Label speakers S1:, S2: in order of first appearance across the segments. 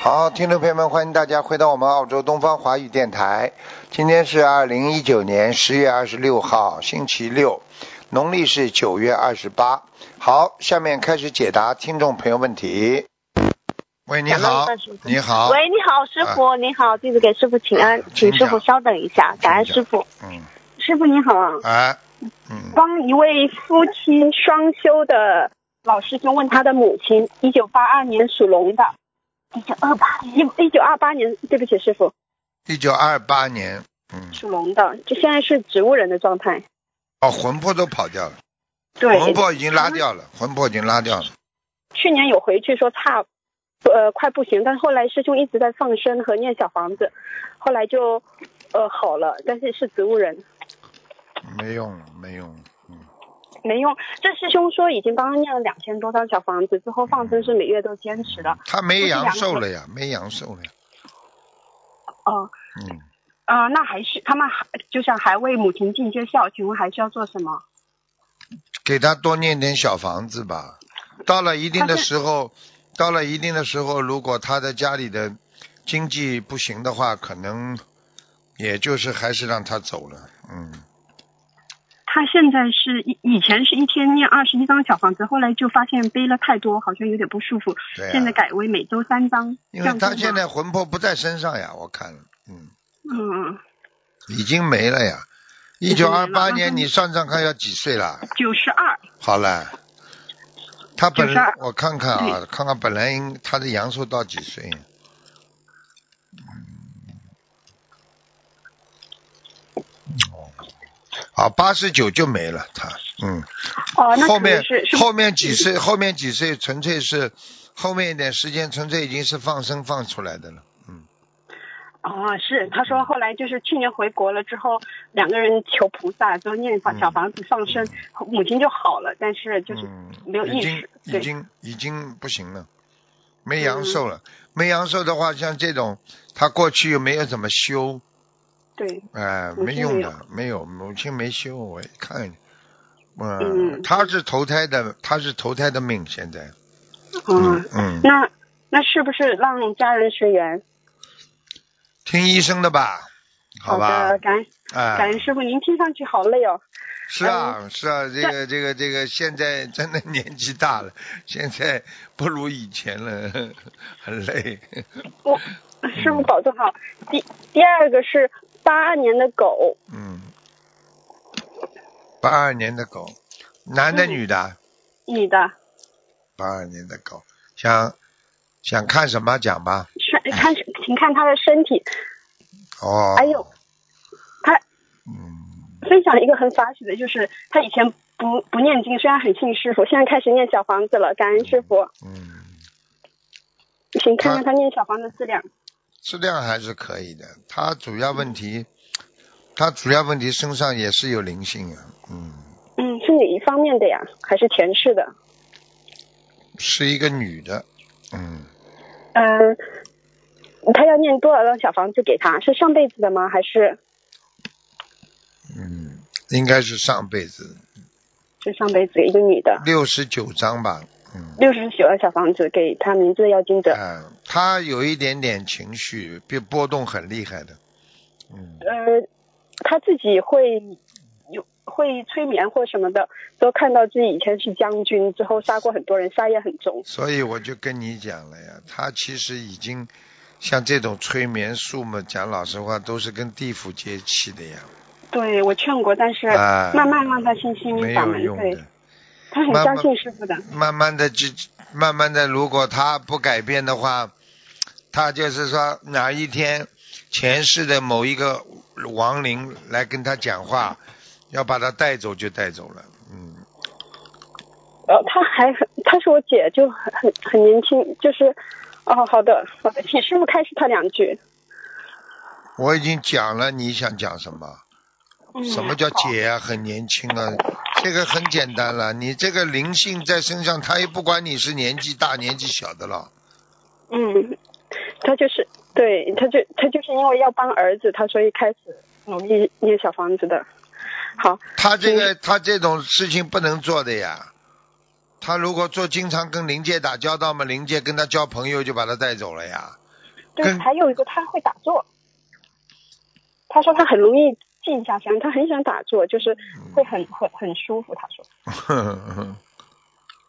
S1: 好，听众朋友们，欢迎大家回到我们澳洲东方华语电台。今天是二零一九年十月二十六号，星期六，农历是九月二十八。好，下面开始解答听众朋友问题。喂，你好，你好，
S2: 喂，你好，师傅，你好，弟子给师傅请安，请师傅稍等一下，感恩师傅。
S1: 嗯，
S2: 师傅你好啊，
S1: 哎，嗯，
S2: 帮一位夫妻双修的老师兄问他的母亲，一九八二年属龙的，
S3: 一九二八年，
S2: 一一九二八年，对不起师傅，
S1: 一九二八年，嗯，
S2: 属龙的，就现在是植物人的状态。
S1: 哦，魂魄都跑掉了，
S2: 对，
S1: 魂魄已经拉掉了，魂魄已经拉掉了，
S2: 去年有回去说差，呃，快不行，但是后来师兄一直在放生和念小房子，后来就呃好了，但是是植物人，
S1: 没用了，没用了，嗯，
S2: 没用。这师兄说已经帮他念了两千多张小房子，之后放生是每月都坚持的。
S1: 他没阳寿了呀，没阳寿了呀，
S2: 哦、
S1: 嗯，
S2: 呃，那还是他们还就像还为母亲尽些孝，请问还需要做什么？
S1: 给他多念点小房子吧。到了一定的时候，到了一定的时候，如果他的家里的经济不行的话，可能也就是还是让他走了，嗯。
S2: 他现在是以以前是一天念二十一张小房子，后来就发现背了太多，好像有点不舒服，
S1: 对啊
S2: 现在改为每周三张。
S1: 因
S2: 这
S1: 为
S2: 样
S1: 他
S2: 对吗
S1: 现在魂魄不在身上呀，我看了，嗯，
S2: 嗯
S1: 已经没了呀。一九
S2: 经没
S1: 二
S2: 了
S1: 八
S2: 那他
S1: 年，你算算看要几岁了？
S2: 九十二，
S1: 好了，他本
S2: 92
S1: 我看看
S2: 嗯
S1: 啊，看看本来应他的阳寿到几岁？嗯啊，哦八十九就没了他，嗯，
S2: 哦，那
S1: 后
S2: 可能
S1: 面
S2: 是是不
S1: 后面几岁，后面几岁纯粹是后面一点时间，纯粹已经是放生放出来的了，嗯。
S2: 哦，是他说后来就是去年回国了之后，两个人求菩萨，就念
S1: 嗯
S2: 小房子放生，母亲就好了，但是就是
S1: 嗯，
S2: 没有
S1: 已
S2: 意
S1: 经
S2: 识。
S1: 已
S2: 对，嗯
S1: 经已经不行了，没阳寿了。没阳寿的话，像这种他过去又没有怎么修，
S2: 对，
S1: 哎、
S2: 母亲
S1: 没用
S2: 没
S1: 的，没有母亲没修，我一看，呃、
S2: 嗯
S1: 他是投胎的，他是投胎的命，现在，
S2: 嗯，
S1: 嗯，
S2: 那那是不是让家人随缘？
S1: 听医生的吧，好吧
S2: 的，，感恩
S1: 哎、
S2: 感恩师傅，您听上去好累哦。
S1: 是啊，是啊，这个这个这个，现在真的年纪大了，现在不如以前了，很累。
S2: 我
S1: 嗯
S2: 师傅保重好。第第二个是八二年的狗，
S1: 嗯，八二年的狗，男的
S2: 嗯
S1: 女的？啊
S2: 女的，
S1: 八二年的狗，想想看什么讲吧？
S2: 是看请看她的身体，哎
S1: 哦，
S2: 还有她
S1: 嗯，
S2: 分享一个很法喜的，就是她以前不不念经，虽然很信师傅，现在开始念小房子了，感恩师傅。
S1: 嗯，
S2: 请看看
S1: 她
S2: 她念小房子质量。
S1: 质量还是可以的。它主要问题，它主要问题身上也是有灵性啊，嗯，
S2: 嗯，是哪一方面的呀？还是前世的？
S1: 是一个女的，嗯，
S2: 嗯、她要念多少张小房子给她？是上辈子的吗？还是
S1: 嗯，应该是上辈子
S2: 是上辈子一个女的？
S1: 六十九章吧，嗯，
S2: 六十九张小房子给她名字要经者。
S1: 啊，他有一点点情绪，变波动很厉害的，嗯，
S2: 呃，他自己会有会催眠或什么的，都看到自己以前是将军，之后杀过很多人，杀业很重。
S1: 所以我就跟你讲了呀，他其实已经像这种催眠术嘛，讲老实话都是跟地府接气的呀，
S2: 对我劝过，但是
S1: 啊
S2: 慢慢让他信心
S1: 没
S2: 法
S1: 有
S2: 门，
S1: 用
S2: 对
S1: 的。
S2: 他很
S1: 慢慢
S2: 相信师傅的。
S1: 慢慢的就慢慢的，如果他不改变的话，他就是说哪一天前世的某一个亡灵来跟他讲话，要把他带走就带走了，嗯。
S2: 呃，他还很，他是我姐，就很很很年轻，就是。哦，好的，好的，请师傅开示他两句。
S1: 我已经讲了，你想讲什么？
S2: 嗯，
S1: 什么叫姐啊？很年轻啊，这个很简单了。你这个灵性在身上，他也不管你是年纪大年纪小的了。
S2: 嗯，他就是，对，他就他就是因为要帮儿子，他所以开始努力念小房子的。好，
S1: 他这个他这种事情不能做的呀。他如果做，经常跟灵界打交道嘛，灵界跟他交朋友就把他带走了呀。
S2: 对，
S1: 跟
S2: 还有一个他会打坐，他说他很容易静下心，他很想打坐，就是会很很很舒服。他说，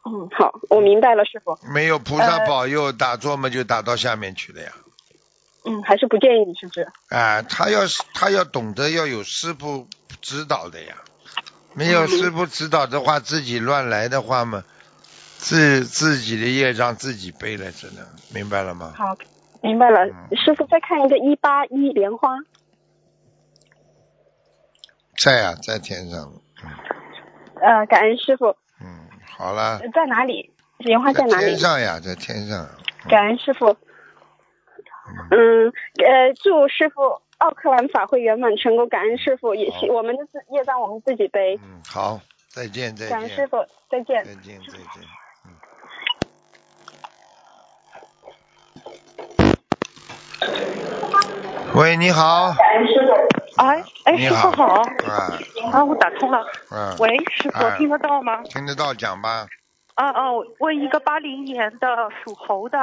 S2: 嗯，好，我明白了，师傅。
S1: 没有菩萨保佑，打坐嘛就打到下面去了呀。
S2: 嗯，还是不建议你，是不是？
S1: 啊，他要是他要懂得要有师傅指导的呀，没有师傅指导的话，自己乱来的话嘛，自自己的业障自己背了，真的明白了吗？
S2: 好，明白了。
S1: 嗯
S2: 师傅，再看一个一八一莲花，
S1: 在啊，在天上，
S2: 呃，感恩师傅，
S1: 嗯，好了，
S2: 在哪里？莲花在哪里
S1: 天？上呀，在天上，
S2: 感恩师傅。嗯，呃，祝师傅奥克兰法会圆满成功，感恩师傅，也希我们的自业障我们自己背，
S1: 嗯，好，再见，嗯再
S2: 感恩师
S1: 见，
S2: 傅，再见。
S1: 再见，再见。嗯。嗯喂，你好。啊
S4: 哎哎，
S1: 你
S4: 师傅
S1: 好
S4: 好
S1: 啊
S4: 啊！我打通了。
S1: 嗯，
S4: 喂，师傅
S1: 哎
S4: 听得到吗？
S1: 听得到讲吧？
S4: 啊啊，我问一个八零年的属猴的，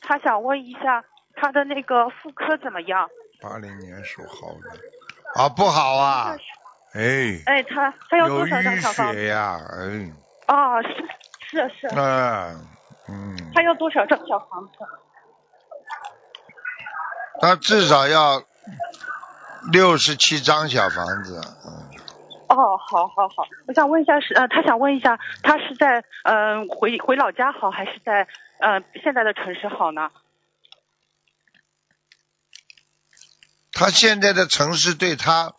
S4: 他想问一下他的那个妇科怎么样？
S1: 八零年属猴的，啊，不好啊，哎，
S4: 哎，他他要
S1: 有
S4: 多少张
S1: 淤
S4: 小房子？
S1: 血呀，哎，
S4: 啊，是是是，
S1: 啊，嗯，
S4: 他要多少张小房子？
S1: 他至少要六十七张小房子，嗯，
S4: 哦，好好好，我想问一下是呃，他想问一下他是在嗯、呃回回老家好，还是在呃现在的城市好呢？
S1: 他现在的城市对他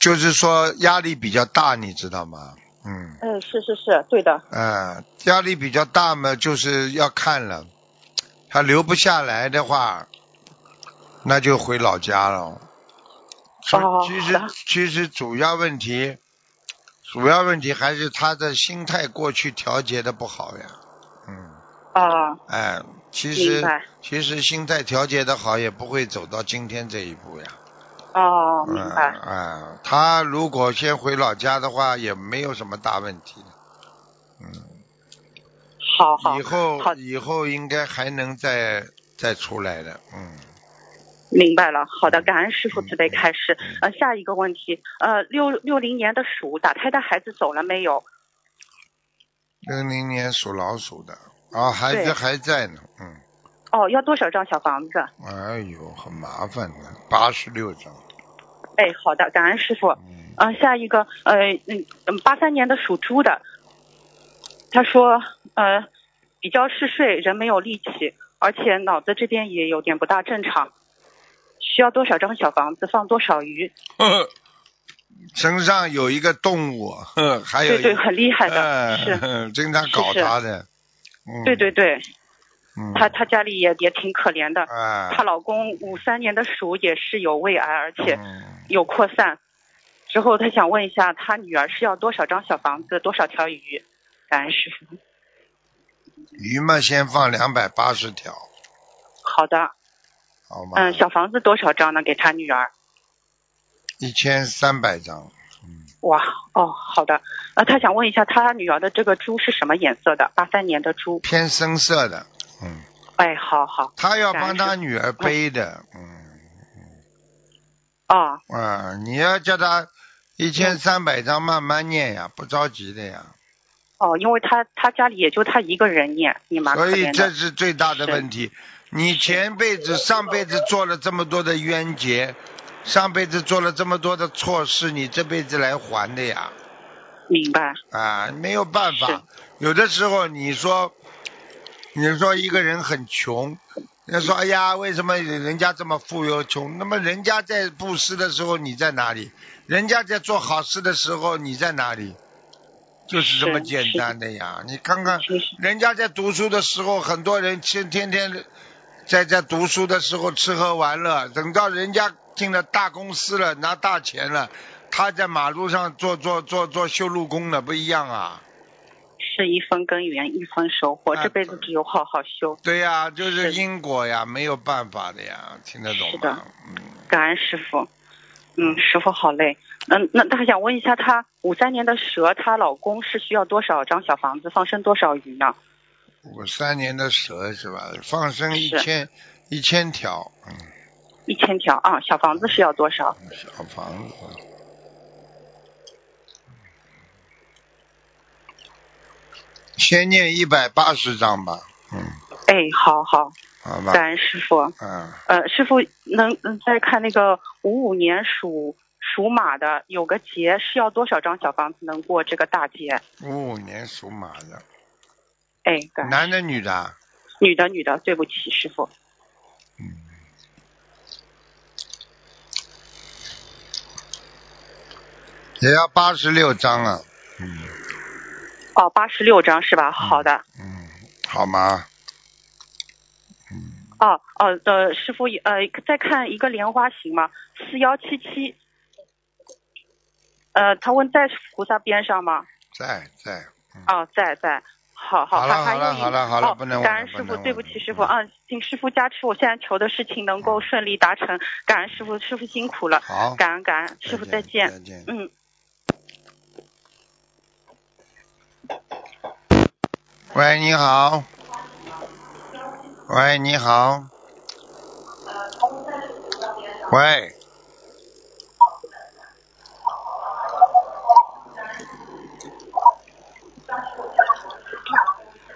S1: 就是说压力比较大，你知道吗？嗯，
S4: 嗯，是是是，对的。
S1: 啊，压力比较大嘛，就是要看了，他留不下来的话，那就回老家了。其
S4: 哦
S1: 其
S4: 好
S1: 实
S4: 的
S1: 其实主要问题，主要问题还是他的心态过去调节的不好呀。嗯，
S4: 啊，
S1: 哎，其
S4: 明
S1: 实
S4: 白
S1: 其实心态调节的好，也不会走到今天这一步呀。
S4: 哦，明
S1: 嗯
S4: 白。
S1: 啊、他如果先回老家的话，也没有什么大问题的。
S4: 好好
S1: 以，后
S4: 好
S1: 以后应该还能再再出来的，嗯，
S4: 明白了，好的，感恩师傅慈悲开示
S1: 嗯。
S4: 呃，下一个问题，呃，六六零年的鼠打胎的孩子走了没有？
S1: 六零年属老鼠的，啊，孩子
S4: 对
S1: 还在呢，嗯，
S4: 哦，要多少张小房子？
S1: 哎呦，很麻烦的，八十六张，
S4: 哎，好的，感恩师傅。
S1: 嗯，
S4: 呃，下一个，呃，嗯嗯，八三年的属猪的，他说，呃，比较嗜睡，人没有力气，而且脑子这边也有点不大正常，需要多少张小房子放多少鱼？
S1: 身上有一个动物，呵还有
S4: 对
S1: 一
S4: 对，很厉害的，
S1: 哎
S4: 是，
S1: 经常搞他的，嗯，
S4: 对对，对，
S1: 嗯，
S4: 他他家里也也挺可怜的。
S1: 哎，
S4: 她老公五三年的鼠也是有胃癌，而且
S1: 嗯，
S4: 有扩散。之后她想问一下，她女儿是要多少张小房子，多少条鱼？感恩师傅。
S1: 鱼嘛，先放两百八十条，
S4: 好的，
S1: 好吗？
S4: 嗯，小房子多少张呢？给她女儿。
S1: 一千三百张，嗯
S4: 哇，哦，好的。呃，她想问一下，她女儿的这个猪是什么颜色的？八三年的猪。
S1: 偏深色的，嗯，
S4: 哎，好好。
S1: 他要
S4: 感
S1: 帮
S4: 恩
S1: 他
S4: 师
S1: 女儿背的，嗯。
S4: 啊、
S1: 啊，你要叫他一千三百张慢慢念呀，不着急的呀。
S4: 哦，因为她她家里也就她一个人念，你蛮可
S1: 所以
S4: 怜的
S1: 这。是最大的问题。你前辈子、上辈子做了这么多的冤结，上辈子做了这么多的错事，你这辈子来还的呀。
S4: 明白。
S1: 啊，没有办
S4: 是
S1: 法。有的时候你说，你说一个人很穷，人家说哎呀，为什么人家这么富有穷？那么人家在布施的时候你在哪里？人家在做好事的时候你在哪里？就是这么
S4: 是
S1: 简
S4: 是
S1: 单的呀。你看看
S4: 是是，
S1: 人家在读书的时候，很多人天天天在在读书的时候吃喝玩乐，等到人家进了大公司了，拿大钱了，他在马路上做做做做修路工了，不一样啊。
S4: 是一分耕耘一分收获，
S1: 啊
S4: 这辈子只有好好修。
S1: 对呀、就是
S4: 是
S1: 因果呀，没有办法的呀，听得懂
S4: 是
S1: 吗
S4: 的？
S1: 嗯，
S4: 感恩师傅。嗯，师傅好嘞。嗯，那他想问一下，她五三年的蛇，她老公是需要多少张小房子放生多少鱼呢？
S1: 五三年的蛇是吧？放生一
S4: 是
S1: 千一千条，嗯，
S4: 一千条啊，小房子是要多少？
S1: 小房子。先念一百八十章吧，嗯，
S4: 哎，好好，
S1: 好吧，
S4: 感恩师傅。
S1: 嗯，
S4: 呃，师傅能嗯再看那个五五年属属马的有个劫是要多少张小房子能过这个大劫？
S1: 五五年属马的，
S4: 哎，感恩
S1: 男的女的啊？
S4: 女的女的，对不起师傅。
S1: 嗯也要八十六章啊，
S4: 哦，八十六张是吧？好的。
S1: 嗯，好吗？
S4: 哦哦，呃，师傅呃，再看一个莲花行吗？四幺七七。呃，他问在菩萨边上吗？
S1: 在在，嗯，
S4: 哦，在在。好好，
S1: 好了
S4: 他还
S1: 好了
S4: 有一
S1: 好了好了
S4: 哦
S1: 不能问
S4: 感
S1: 了
S4: 恩
S1: 不
S4: 师傅，
S1: 能
S4: 对
S1: 问
S4: 不
S1: 了
S4: 起师傅啊，请师傅加持，我现在求的事情能够顺利达成，感恩师傅，师傅辛苦了，
S1: 好，
S4: 感恩感恩，师傅再见
S1: 再见。
S4: 嗯，
S1: 喂，你好。喂，你好。喂。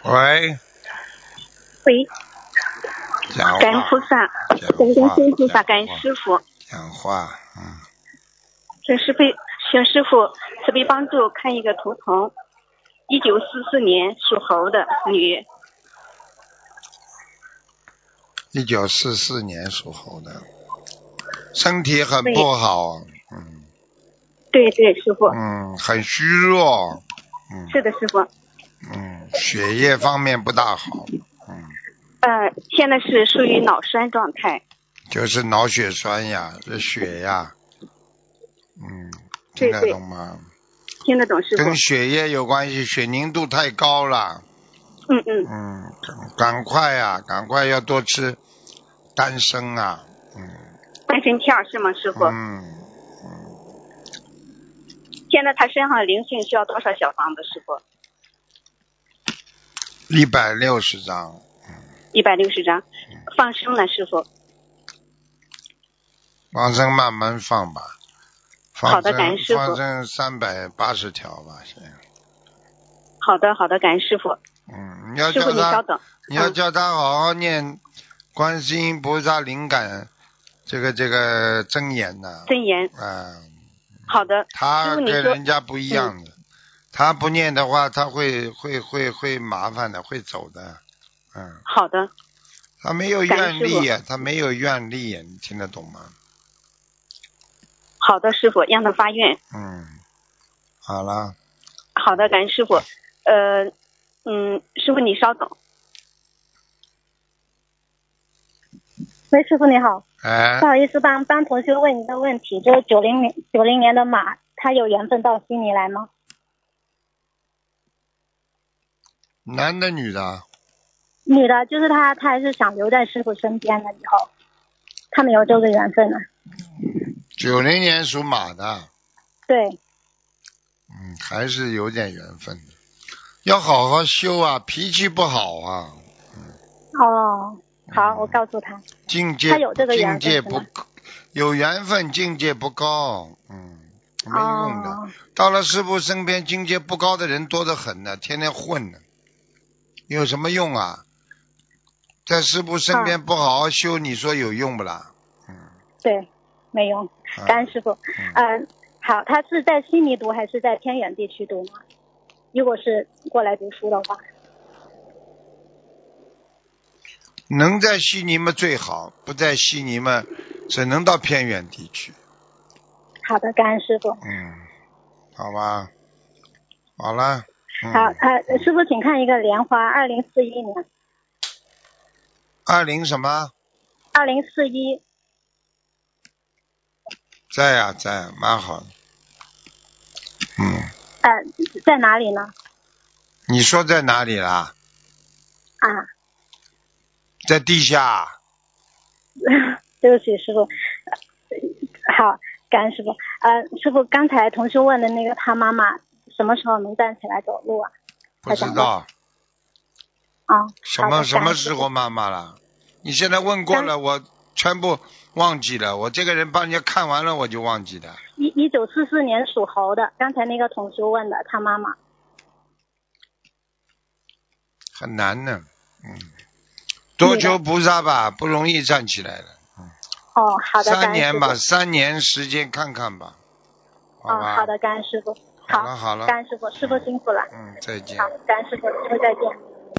S1: 喂，
S3: 喂，
S1: 讲话。
S3: 感恩菩萨，
S1: 讲
S3: 感恩
S1: 话
S3: 观世菩萨，
S1: 讲
S3: 感恩
S1: 话
S3: 师傅，
S1: 讲话，嗯，
S3: 请师傅请师傅慈悲帮助看一个图腾，一九四四年属猴的女，
S1: 一九四四年属猴的，身体很不好，嗯
S3: 对对，师傅，
S1: 嗯，很虚弱，嗯
S3: 是的，师傅，
S1: 嗯，血液方面不大好，嗯。
S3: 呃，现在是属于脑栓状态，
S1: 就是脑血栓呀，这血呀，嗯，听
S3: 对
S1: 得
S3: 对
S1: 懂吗？
S3: 听得懂师傅？
S1: 跟血液有关系，血凝度太高了，
S3: 嗯嗯，
S1: 嗯，赶赶快啊，赶快要多吃丹参啊，嗯
S3: 丹参片儿是吗，师傅？
S1: 嗯，
S3: 现在他身上灵性需要多少小房子，师傅？
S1: 一百六十张，
S3: 一百六十张，放生呢，师傅？
S1: 放生慢慢放吧，放
S3: 好的
S1: 生
S3: 感恩师傅
S1: 放生三百八十条吧，先，
S3: 好的好的，感恩师傅，
S1: 嗯，你要
S3: 师
S1: 叫
S3: 傅
S1: 他。
S3: 您稍等，
S1: 你要
S3: 嗯
S1: 叫他好好念观世音菩萨灵感这个这个真言呐、
S3: 真言，
S1: 啊，
S3: 好的，
S1: 他
S3: 师傅你
S1: 跟
S3: 说
S1: 人家不一样的，他不念的话，他会会会会麻烦的，会走的，嗯，
S3: 好的。
S1: 他没有
S3: 感
S1: 愿
S3: 恩师
S1: 力呀、他没有愿力呀、你听得懂吗？
S3: 好的，师傅，让他发愿。
S1: 嗯，好了，
S3: 好的，感恩师傅。呃，嗯，师傅你稍等。
S5: 喂，师傅你好，
S1: 哎
S5: 不，好意思帮帮同学问一个问题，就是九零年九零年的马，他有缘分到悉尼来吗？
S1: 男的女的啊，
S5: 女的，就是她，她还是想留在师傅身边的，以后他们有这个缘分呢。
S1: 九零年属马的，啊
S5: 对，
S1: 嗯，还是有点缘分的，要好好修啊，脾气不好啊。
S5: 哦，好，
S1: 嗯
S5: 我告诉他，
S1: 境界
S5: 他有这个
S1: 境
S5: 缘分
S1: 界
S5: 是
S1: 不
S5: 吗
S1: 有缘分，境界不高，嗯，没用的。
S5: 哦，
S1: 到了师傅身边，境界不高的人多得很呢，天天混呢，有什么用啊？在师傅身
S5: 嗯
S1: 边不好好修，你说有用不啦？
S5: 对，没用，
S1: 啊
S5: 感恩师傅。嗯、好，他是在悉尼读还是在偏远地区读呢？如果是过来读书的话，
S1: 能在悉尼嘛最好，不在悉尼嘛，只能到偏远地区。
S5: 好的，感恩师傅。
S1: 嗯，好吧，好了。嗯、
S5: 好，呃，师傅请看一个莲花，二零四一年，
S1: 二零什么？
S5: 二零四一。
S1: 在呀、在呀、蛮好的。嗯。
S5: 呃，在哪里呢？
S1: 你说在哪里啦？
S5: 啊，
S1: 在地下。
S5: 对不起，师傅。呃好，感恩师傅。呃，师傅，刚才同事问的那个他妈妈什么时候能站起来走路啊？
S1: 不知道
S5: 啊，
S1: 什么
S5: 好的
S1: 什
S5: 感
S1: 么
S5: 恩师
S1: 时
S5: 傅
S1: 候妈妈了？你现在问过
S5: 嗯
S1: 了，我全部忘记了。我这个人帮人家看完了，我就忘记了。
S5: 一一九四四年属猴的，刚才那个同学问的，他妈妈。
S1: 很难呢，嗯，多求菩萨吧，不容易站起来了。
S5: 哦，好的，
S1: 三
S5: 感恩师
S1: 年吧，
S5: 傅。
S1: 三年时间看看吧，好
S5: 嗯，
S1: 吧。
S5: 好的，感恩师傅。
S1: 好了好了
S5: 感恩师傅，师傅辛苦了。
S1: 嗯，再见。
S5: 好，感恩师傅，师傅再见。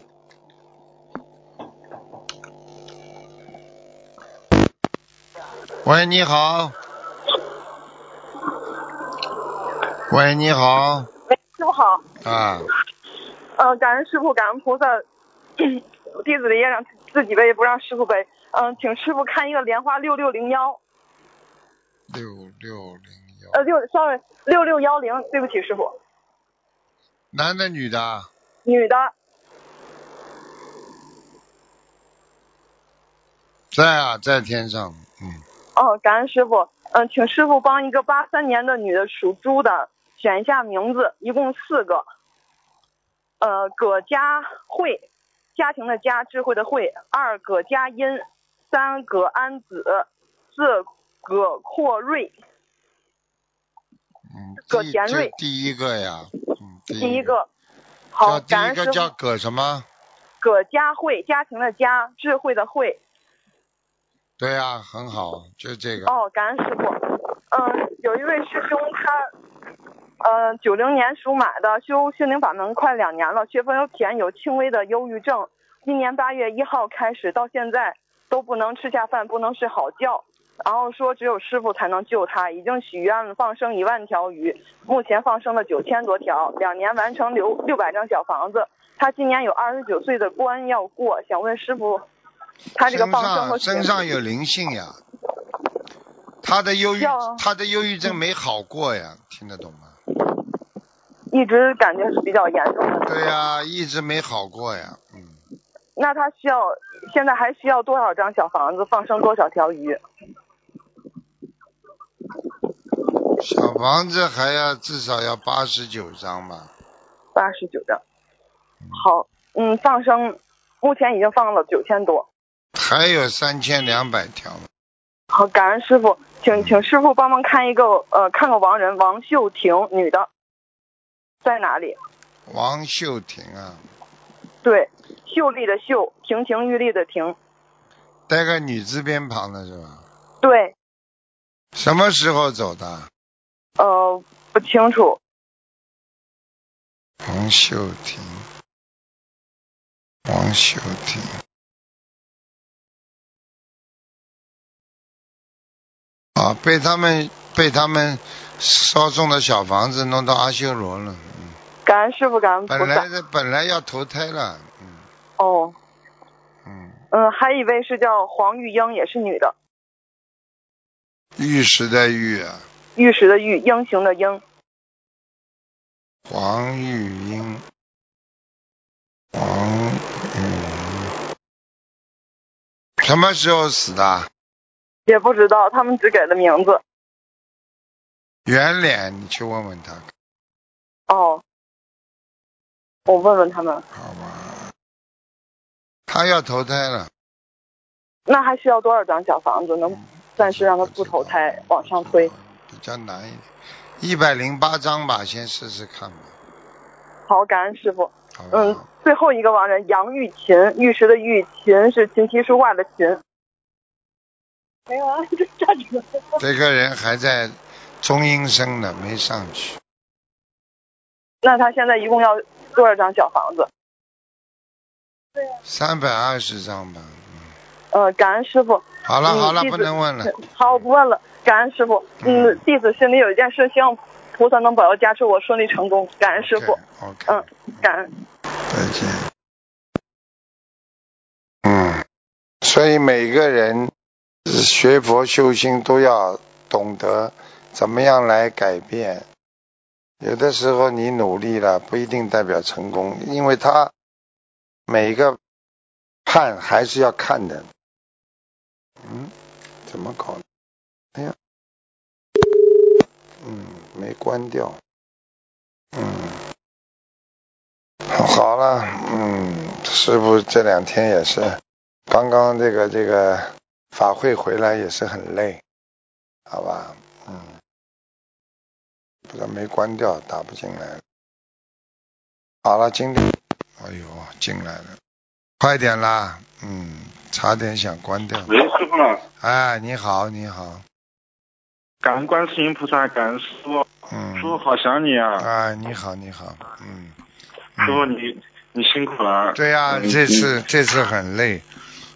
S1: 喂，你好。喂，你好。
S2: 喂，师傅好，
S1: 啊，
S2: 呃，感恩师傅，感恩菩萨， 弟子的业让自己背，不让师傅背。嗯、请师傅看一个莲花六六零幺，
S1: 六六零
S2: 呃，
S1: 幺，
S2: 六，sorry，六六幺零，对不起，师傅，
S1: 男的女的啊？
S2: 女的，
S1: 在啊，在天上。嗯，
S2: 哦，感恩师傅，嗯、请师傅帮一个八三年的女的属猪的选一下名字，一共四个，呃，葛佳慧，家庭的家，智慧的慧，二葛佳音，三葛安子，四葛阔瑞，
S1: 嗯，
S2: 葛
S1: 第
S2: 贤
S1: 这
S2: 瑞
S1: 第一个呀，嗯，第
S2: 第一
S1: 一个。
S2: 个。
S1: 叫
S2: 好，
S1: 第
S2: 感
S1: 一
S2: 恩
S1: 个
S2: 师傅。
S1: 叫葛什么？
S2: 葛佳慧，家庭的家，智慧的慧。
S1: 对啊，很好，就这个。
S2: 哦，感恩师傅。嗯、有一位师兄他，呃，九零年属马的，修心灵法门快两年了，学佛有体验有轻微的忧郁症，今年八月一号开始到现在都不能吃下饭，不能睡好觉。然后说只有师傅才能救他，已经许愿了放生一万条鱼，目前放生了九千多条，两年完成六六百张小房子。他今年有二十九岁的关要过，想问师傅，他这个
S1: 身
S2: 放生
S1: 上
S2: 和学
S1: 身上有灵性呀，他的忧郁
S2: 要
S1: 他的忧郁症没好过呀，听得懂吗？
S2: 一直感觉是比较严重的。
S1: 对呀、一直没好过呀，嗯，
S2: 那他需要现在还需要多少张小房子放生多少条鱼？
S1: 小房子还要至少要八十九张吧，
S2: 八十九张。好，嗯，放生目前已经放了九千多。
S1: 还有三千两百条呢
S2: 好，感恩师傅，请请师傅帮忙看一个呃，看个亡人王秀婷，女的，在哪里？
S1: 王秀婷啊，
S2: 对，秀丽的秀，亭亭玉立的亭。
S1: 带个女字边旁的是吧？
S2: 对，
S1: 什么时候走的？
S2: 呃，不清楚。
S1: 王秀婷，王秀婷。啊，被他们被他们烧送的小房子弄到阿修罗了，嗯
S2: 感恩师傅，感恩菩
S1: 本来
S2: 萨。
S1: 是本来要投胎了，嗯
S2: 哦，
S1: 嗯，
S2: 嗯，还一位是叫黄玉英，也是女的，
S1: 玉石的玉啊，
S2: 玉石的玉，英雄的英。
S1: 黄玉英，黄玉英，什么时候死的？
S2: 也不知道，他们只给了名字。
S1: 圆脸，你去问问他，
S2: 哦，我问问他们，
S1: 好吧？他要投胎了。
S2: 那还需要多少张小房子？能嗯暂时让他不投胎，往上推。
S1: 嗯比较难一点，一百零八章吧，先试试看吧，
S2: 好，感恩师傅。
S1: 好吧？
S2: 嗯，最后一个亡人杨玉琴，玉石的玉，琴是琴棋书画的琴。
S5: 没有啊，就站着。
S1: 这个人还在中阴身呢，没上去，
S2: 那他现在一共要多少张小房子？
S1: 三百二十章吧。嗯
S2: 呃，感恩师傅。
S1: 好了
S2: 嗯
S1: 好了，
S2: 弟
S1: 不
S2: 子
S1: 能问了。
S2: 好，我不问了。感恩师傅。嗯，弟子心里有一件事，希望菩萨能保佑加持我顺利成功。感恩师傅。
S1: OK，,
S2: 嗯，感恩。
S1: 再见。嗯，所以每个人呃学佛修心都要懂得怎么样来改变。有的时候你努力了，不一定代表成功，因为他每一个判还是要看的。嗯，怎么搞的？哎呀，嗯，没关掉。嗯。好了，嗯，师傅这两天也是刚刚这个这个法会回来也是很累，好吧，嗯，不知道没关掉，打不进来。好了，今天，哎呦，进来了，快点啦，嗯，差点想关掉。
S6: 喂，师傅，
S1: 哎，你好，你好，
S6: 感恩观世音菩萨，感恩师傅，师傅
S1: 嗯，
S6: 好想你啊，
S1: 哎，你好，你好，嗯，嗯
S6: 师傅你你辛苦了。
S1: 对呀、
S6: 嗯
S1: 这次这次很累，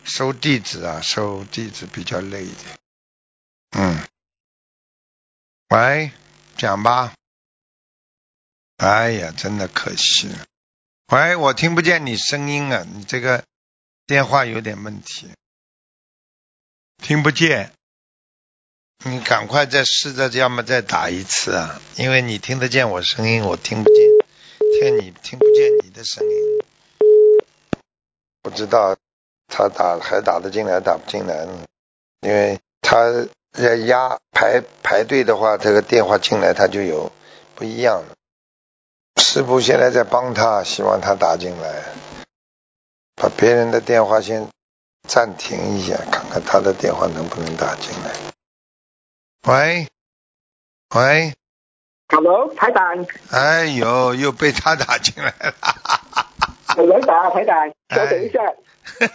S1: 收弟子啊，收弟子比较累一点。嗯，喂，讲吧。哎呀，真的可惜了。喂，我听不见你声音啊，你这个电话有点问题，听不见。你赶快再试着，要么再打一次啊，因为你听得见我声音，我听不见，听你听不见你的声音。不知道他打还打得进来打不进来呢，因为他要压排排队的话，这个电话进来他就有不一样了。师傅现在在帮他，希望他打进来，把别人的电话先暂停一下，看看他的电话能不能打进来。喂，喂，
S7: Hello，台长，
S1: 哎呦，又被他打进来了。
S7: 雷达，台长，稍等一下，
S1: 哎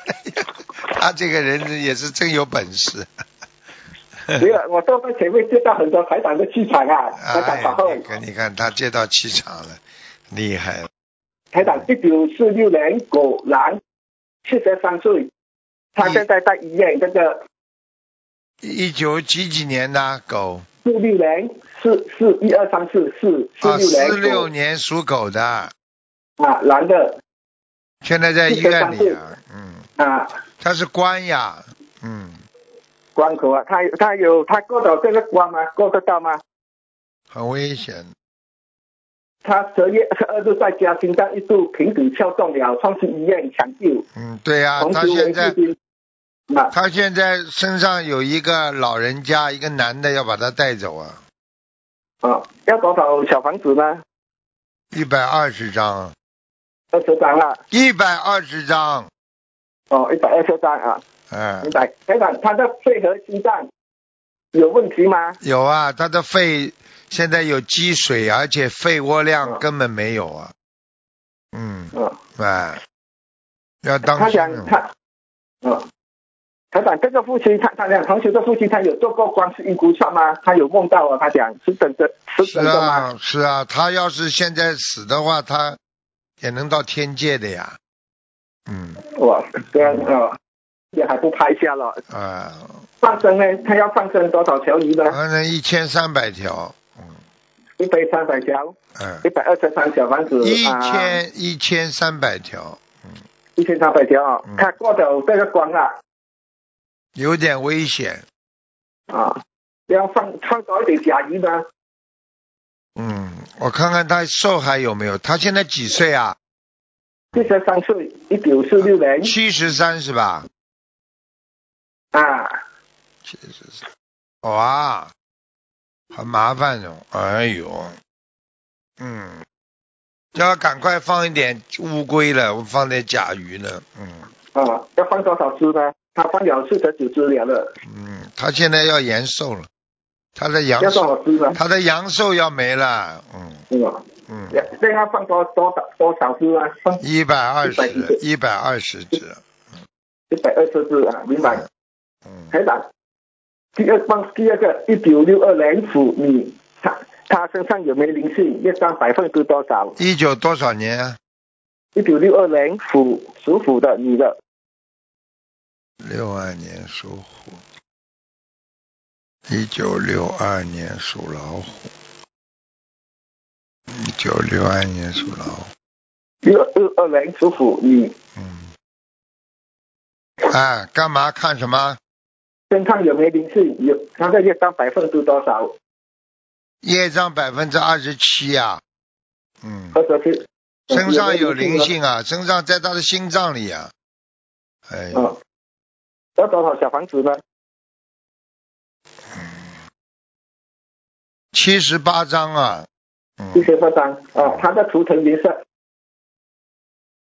S1: 他这个人也是真有本事。
S7: 没有，我坐在前面见到很多台长的气场啊，台
S1: 哎
S7: 长好后
S1: 呀，，你看，你看他接到气场了，厉害了。
S7: 台长一九四六年狗男，七十三岁，他
S1: 嗯
S7: 现在在医院，这个
S1: 一九几几年的狗
S7: 四六年四四一二三四四四
S1: 啊，四
S7: 六
S1: 六
S7: 年
S1: 年属狗的，
S7: 狗啊，男的
S1: 现在在医院里啊，嗯，
S7: 啊，
S1: 他是官呀，嗯，
S7: 关口啊，他他有他过得这个关吗？过得到吗？
S1: 很危险。
S7: 他十月二十二日在家心脏一度瓶颈跳动了，送去医院抢救，
S1: 嗯，对呀、
S7: 同
S1: 他
S7: 时
S1: 现
S7: 为
S1: 在
S7: 父亲啊，
S1: 他现在身上有一个老人家，一个男的要把他带走啊，
S7: 啊，要多少小房子呢？
S1: 一百二十张，
S7: 二十张啊，
S1: 一百二十张，
S7: 哦，一百二十张啊，
S1: 嗯
S7: 明，白。台长，他的肺和心脏有问题吗？
S1: 有啊，他的肺现在有积水，而且肺活量
S7: 嗯
S1: 根本没有啊。嗯，
S7: 嗯，
S1: 哎，要当
S7: 他
S1: 心
S7: 想
S1: 啊。
S7: 他，嗯，台长，这个父亲他他讲同学的父亲，他有做过光是预估算吗？他有梦到啊，他讲是真的，是
S1: 是
S7: 真的吗？
S1: 啊，是啊，他要是现在死的话，他也能到天界的呀。嗯
S7: 哇，这样啊，也还不拍下了。
S1: 啊，
S7: 放生呢？他要放生多少条鱼呢？
S1: 反正一千三百条，嗯
S7: 一百三百条，
S1: 嗯，
S7: 一百二十三小房子
S1: 一
S7: 啊，
S1: 千一千三百条，
S7: 一千三百条啊
S1: 嗯。
S7: 他过走这个光啊，
S1: 有点危险。
S7: 啊，要放放多一点甲鱼呢？
S1: 嗯，我看看他寿还有没有？他现在几岁啊？
S7: 七十三岁，一九四六年
S1: 七十三是吧？
S7: 啊，
S1: 确实是，哇，很麻烦哦，哎呦，嗯，要赶快放一点乌龟了，我放点甲鱼了，嗯
S7: 啊，要放多少只呢？他放了四十九只了了，
S1: 嗯，他现在要延寿了，他的阳
S7: 要多
S1: 寿，
S7: 少只呢？
S1: 他的阳寿要没了，嗯
S7: 嗯，要
S1: 嗯，
S7: 这要放多多少多少只啊？放
S1: 一百二十，
S7: 120
S1: 一百二十只，
S7: 一百二十只啊，明白？
S1: 嗯，
S7: 台长，第二帮第二个一九六二年属女，他他身上有没有灵性？业障百分之多少？
S1: 一九多少年啊？
S7: 一九六二年属属虎的女的，
S1: 六二年属虎，一九六二年属老虎，一九六二年属老虎，
S7: 六六二年属虎女，
S1: 嗯，哎，干嘛看什么？
S7: 身上有没有灵性？有，她的业障百分之多少？
S1: 业障百分之二十七啊，嗯，
S7: 或者是
S1: 身上有灵
S7: 吗
S1: 性啊，身上在他的心脏里啊，哎呦，
S7: 嗯，要多少小房子呢？
S1: 嗯七十八章啊，
S7: 一
S1: 嗯，
S7: 千八张啊，它的图腾颜色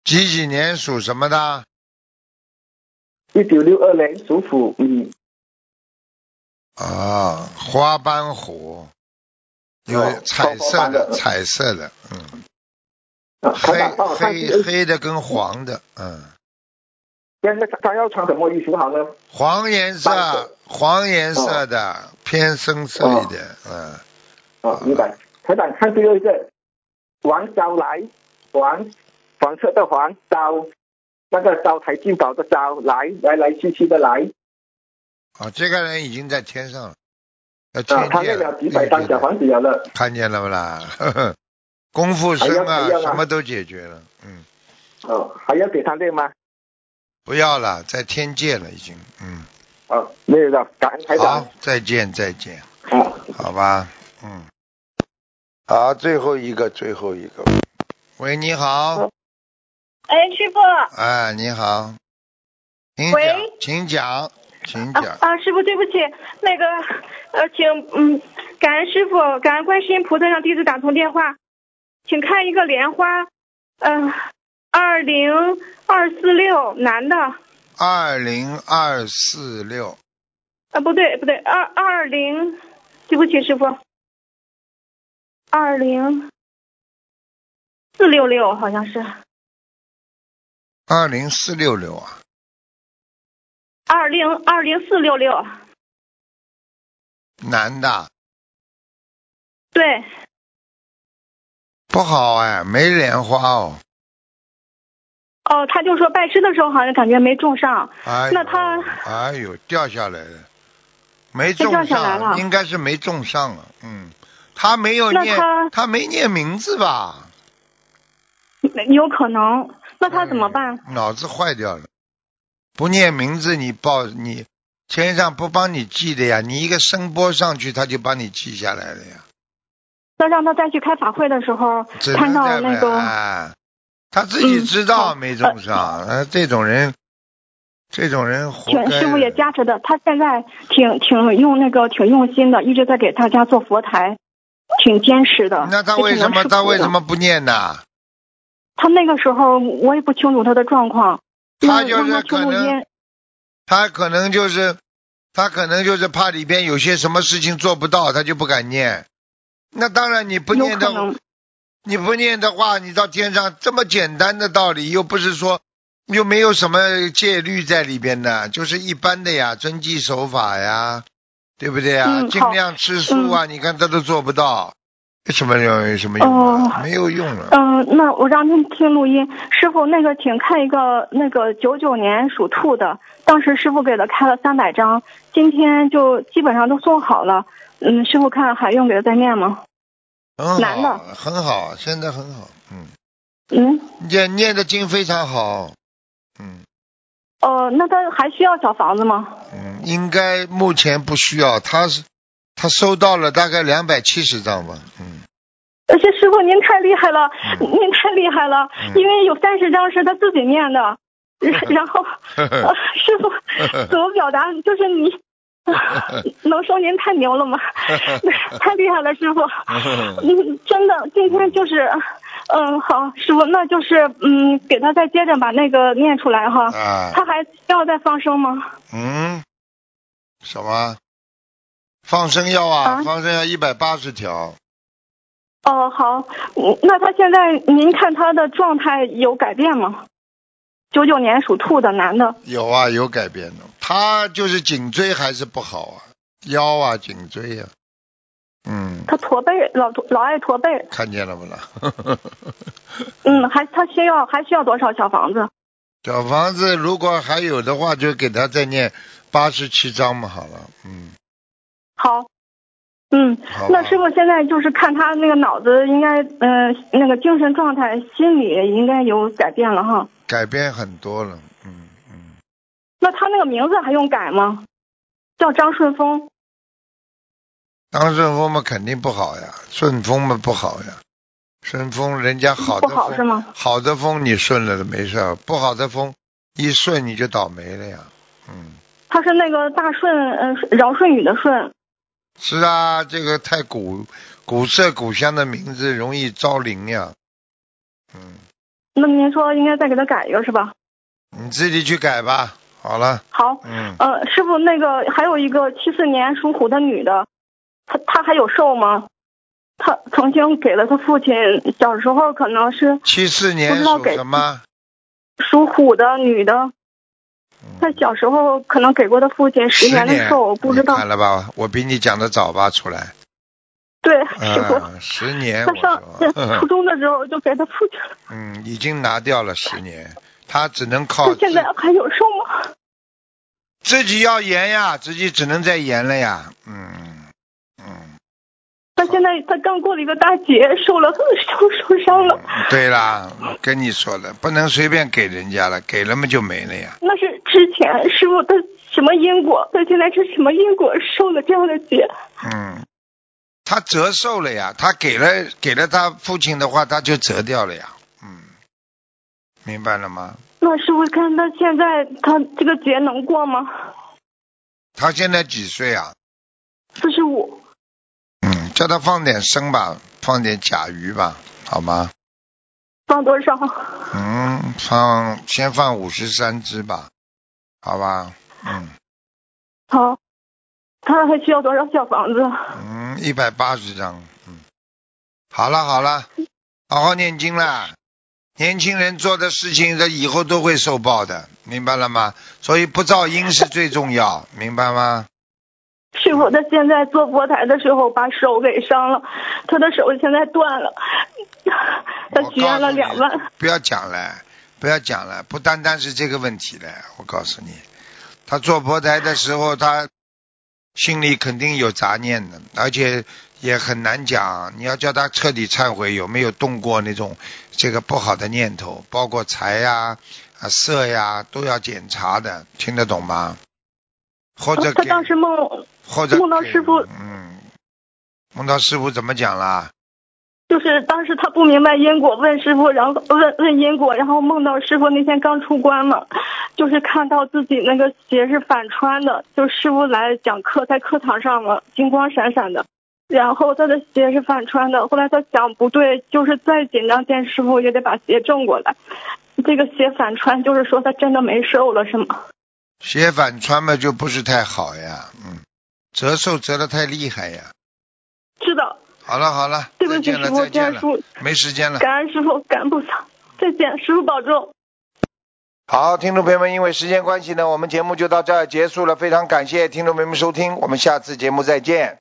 S1: 几几年属什么的？
S7: 一九六二年属虎，嗯，
S1: 啊，花斑虎，有
S7: 哦
S1: 彩色
S7: 花斑
S1: 的，
S7: 的
S1: 彩色的，嗯，
S7: 啊，台
S1: 黑
S7: 长帮我看第
S1: 黑
S7: 二，
S1: 黑的跟黄的，嗯，
S7: 那个他要穿什么衣服好呢？
S1: 黄颜
S7: 白
S1: 色
S7: 色，
S1: 黄颜色
S7: 哦
S1: 的，偏深色一点，嗯，
S7: 啊，明白。台长看最后一个，王招来，黄黄色的黄招，那个招财进宝的招，来来来去去的来，
S1: 啊，这个人已经在天上了，在
S7: 啊，
S1: 天
S7: 他
S1: 界
S7: 练
S1: 了
S7: 了，几百张
S1: 天界
S7: 小
S1: 了
S7: 房子有了，
S1: 看见了不啦？ 呵呵功夫深
S7: 还
S1: 啊，
S7: 要还要吗
S1: 什么都解决了，嗯，
S7: 哦，还要给他练吗？
S1: 不要了，在天界了已经，嗯，
S7: 哦，没有了，感恩台长
S1: 好，，再见再见，
S7: 啊。
S1: 好吧，嗯，
S8: 好，最后一个，最后一个，
S1: 喂，你好，
S2: 哎，师傅，
S1: 哎，你好，请
S2: 喂
S1: 讲，请讲，请
S2: 啊
S1: 讲，
S2: 啊，师傅对不起，那个呃，请嗯，感恩师傅，感恩观世音菩萨让弟子打通电话，请看一个莲花，嗯、呃，二零二四六男的，
S1: 二零二四六
S2: 呃，不对不对，二二零，对不起师傅，二零四六六好像是
S1: 二零四六六啊，
S2: 二零二零四六六，
S1: 男的
S2: 对，
S1: 不好哎，没莲花哦，
S2: 哦，他就说拜师的时候好像感觉没种上，
S1: 哎呦，
S2: 那他
S1: 哎呦掉下来了，没
S2: 这
S1: 种
S2: 掉下来
S1: 上，
S2: 了
S1: 应该是没种上了，嗯，他没有
S2: 那
S1: 念，
S2: 他
S1: 没念名字吧？
S2: 有可能，那他怎么办？
S1: 哎脑子坏掉了，不念名字你报你天上不帮你记的呀，你一个声波上去他就帮你记下来了呀，
S2: 那让他再去开法会的时候
S1: 只
S2: 看
S1: 能
S2: 到
S1: 这
S2: 那
S1: 样
S2: 个，
S1: 哎他自己
S2: 嗯
S1: 知道
S2: 好
S1: 没种上，呃，这种人，这种人活
S2: 请
S1: 该
S2: 师傅也
S1: 的
S2: 加持的，他现在挺挺用那个挺用心的，一直在给大家做佛台，挺坚实的。
S1: 那他
S2: 也
S1: 为
S2: 挺
S1: 什
S2: 能
S1: 么
S2: 吃
S1: 他
S2: 苦
S1: 为
S2: 的
S1: 什？么不念呢？
S2: 他那个时候我也不清楚他的状况，
S1: 他
S2: 嗯
S1: 就
S2: 让
S1: 是
S2: 他听
S1: 可
S2: 录
S1: 能
S2: 音，
S1: 他可能就是他可能就是怕里边有些什么事情做不到，他就不敢念。那当然你不
S2: 有
S1: 念
S2: 可
S1: 的
S2: 能
S1: 你不念的话，你到天上这么简单的道理，又不是说又没有什么戒律在里边的，就是一般的呀，遵纪守法呀，对不对呀？
S2: 嗯
S1: 尽
S2: 好嗯
S1: 量吃素啊，你看他都做不到，有什么用？有什么用啊？
S2: 哦
S1: 没有用了。
S2: 嗯、那我让您听录音。师傅，那个请看一个那个九九年属兔的，当时师傅给他开了三百张，今天就基本上都送好了。嗯，师傅看还用给他再念吗？
S1: 很好，
S2: 男的
S1: 很好，现在很好，嗯，
S2: 嗯，
S1: 念念的经非常好，嗯
S2: 哦，那他还需要小房子吗？
S1: 嗯，应该目前不需要，他是他收到了大概两百七十张吧， 嗯，
S2: 而且师傅您太厉害了，
S1: 嗯
S2: 您太厉害了，
S1: 嗯
S2: 因为有三十张是他自己念 的，然然后、
S1: 呵
S2: 呃
S1: 呵、
S2: 师傅怎么表达？就是你。能说您太牛了吗？ 太厉害了，师傅。嗯，真的，今天就是，嗯，好，师傅，那就是，嗯，给他再接着把那个念出来哈。
S1: 啊，
S2: 他还需要再放生吗？
S1: 嗯，什么？放生药啊，
S2: 啊
S1: 放生药一百八十条，
S2: 哦，好，嗯那他现在您看他的状态有改变吗？九九年属兔的男的，
S1: 有啊，有改变的。他就是颈椎还是不好啊，腰啊，颈椎呀、嗯，
S2: 他驼背，老老爱驼背，
S1: 看见了不啦？
S2: 嗯，还他需要还需要多少小房子？
S1: 小房子如果还有的话，就给他再念八十七章嘛，好了，嗯，
S2: 好，嗯，
S1: 好吧。
S2: 那师傅现在就是看他那个脑子应该，呃，那个精神状态、心理应该有改变了哈。
S1: 改变很多了，嗯嗯，
S2: 那他那个名字还用改吗？叫张顺风。
S1: 当顺风嘛肯定不好呀，顺风嘛不好呀，顺风人家好的
S2: 不好
S1: 风
S2: 是吗
S1: 好的风你顺了没事儿，不好的风一顺你就倒霉了呀，嗯，
S2: 他是那个大顺，呃，尧舜禹的舜。
S1: 是啊，这个太古古色古香的名字容易招灵呀，嗯，
S2: 那您说应该再给他改一个是吧？
S1: 你自己去改吧，好了。
S2: 好，
S1: 嗯，
S2: 呃，师傅，那个还有一个七四年属虎的女的，她她还有寿吗？她曾经给了她父亲，小时候可能是
S1: 七四年属什么？
S2: 属虎的女的，
S1: 嗯
S2: 她小时候可能给过她父亲十年的寿，不知道。
S1: 看了吧，我比你讲的早吧，出来。啊
S2: 对， 师傅、嗯。
S1: 十年，
S2: 她上
S1: 对
S2: 初中的时候就给她父亲了。
S1: 嗯，已经拿掉了十年，她只能靠。
S2: 现在还有寿吗？
S1: 自己要延呀，自己只能再延了呀，嗯嗯。
S2: 他现在他刚过了一个大劫，受了受受伤了。
S1: 对啦，跟你说了，不能随便给人家了，给了嘛就没了呀。
S2: 那是之前师傅他什么因果？他现在是什么因果受了这样的劫？
S1: 嗯，他折寿了呀，他给了给了他父亲的话，他就折掉了呀，嗯，明白了吗？
S2: 那师傅看他现在他这个节能过吗？
S1: 他现在几岁啊？
S2: 四十五。
S1: 嗯，叫他放点生吧，放点甲鱼吧，好吗？
S2: 放多少？
S1: 嗯，放先放五十三只吧，好吧？嗯。
S2: 好。他还需要多少小房子？
S1: 嗯，一百八十张。嗯。好了好了，好好念经啦。年轻人做的事情，他以后都会受报的，明白了吗？所以不造因是最重要，明白吗？
S2: 师傅，他现在做佛台的时候把手给伤了，他的手现在断了。他许愿了两万。
S1: 不要讲了，不要讲了，不单单是这个问题了。我告诉你，他做佛台的时候，他心里肯定有杂念的，而且。也很难讲，你要叫他彻底忏悔，有没有动过那种这个不好的念头，包括财呀、啊色呀，都要检查的，听得懂吗？或者、哦、
S2: 他当时梦，
S1: 或者
S2: 梦到师傅，
S1: 嗯，梦到师傅怎么讲啦？
S2: 就是当时他不明白因果，问师傅，然后问问因果，然后梦到师傅那天刚出关嘛，就是看到自己那个鞋是反穿的，就师傅来讲课，在课堂上嘛，金光闪闪的。然后他的鞋是反穿的，后来他想不对，就是再紧张见师傅也得把鞋正过来。这个鞋反穿就是说他真的没瘦了是吗？
S1: 鞋反穿嘛就不是太好呀，嗯，折寿折的太厉害呀。
S2: 知道。
S1: 好了好了，
S2: 对不起
S1: 师
S2: 傅，
S1: 再见了，没时间了。
S2: 感恩师傅，感恩菩萨，再见，师傅保重。
S1: 好，听众朋友们，因为时间关系呢，我们节目就到这儿结束了，非常感谢听众朋友们收听，我们下次节目再见。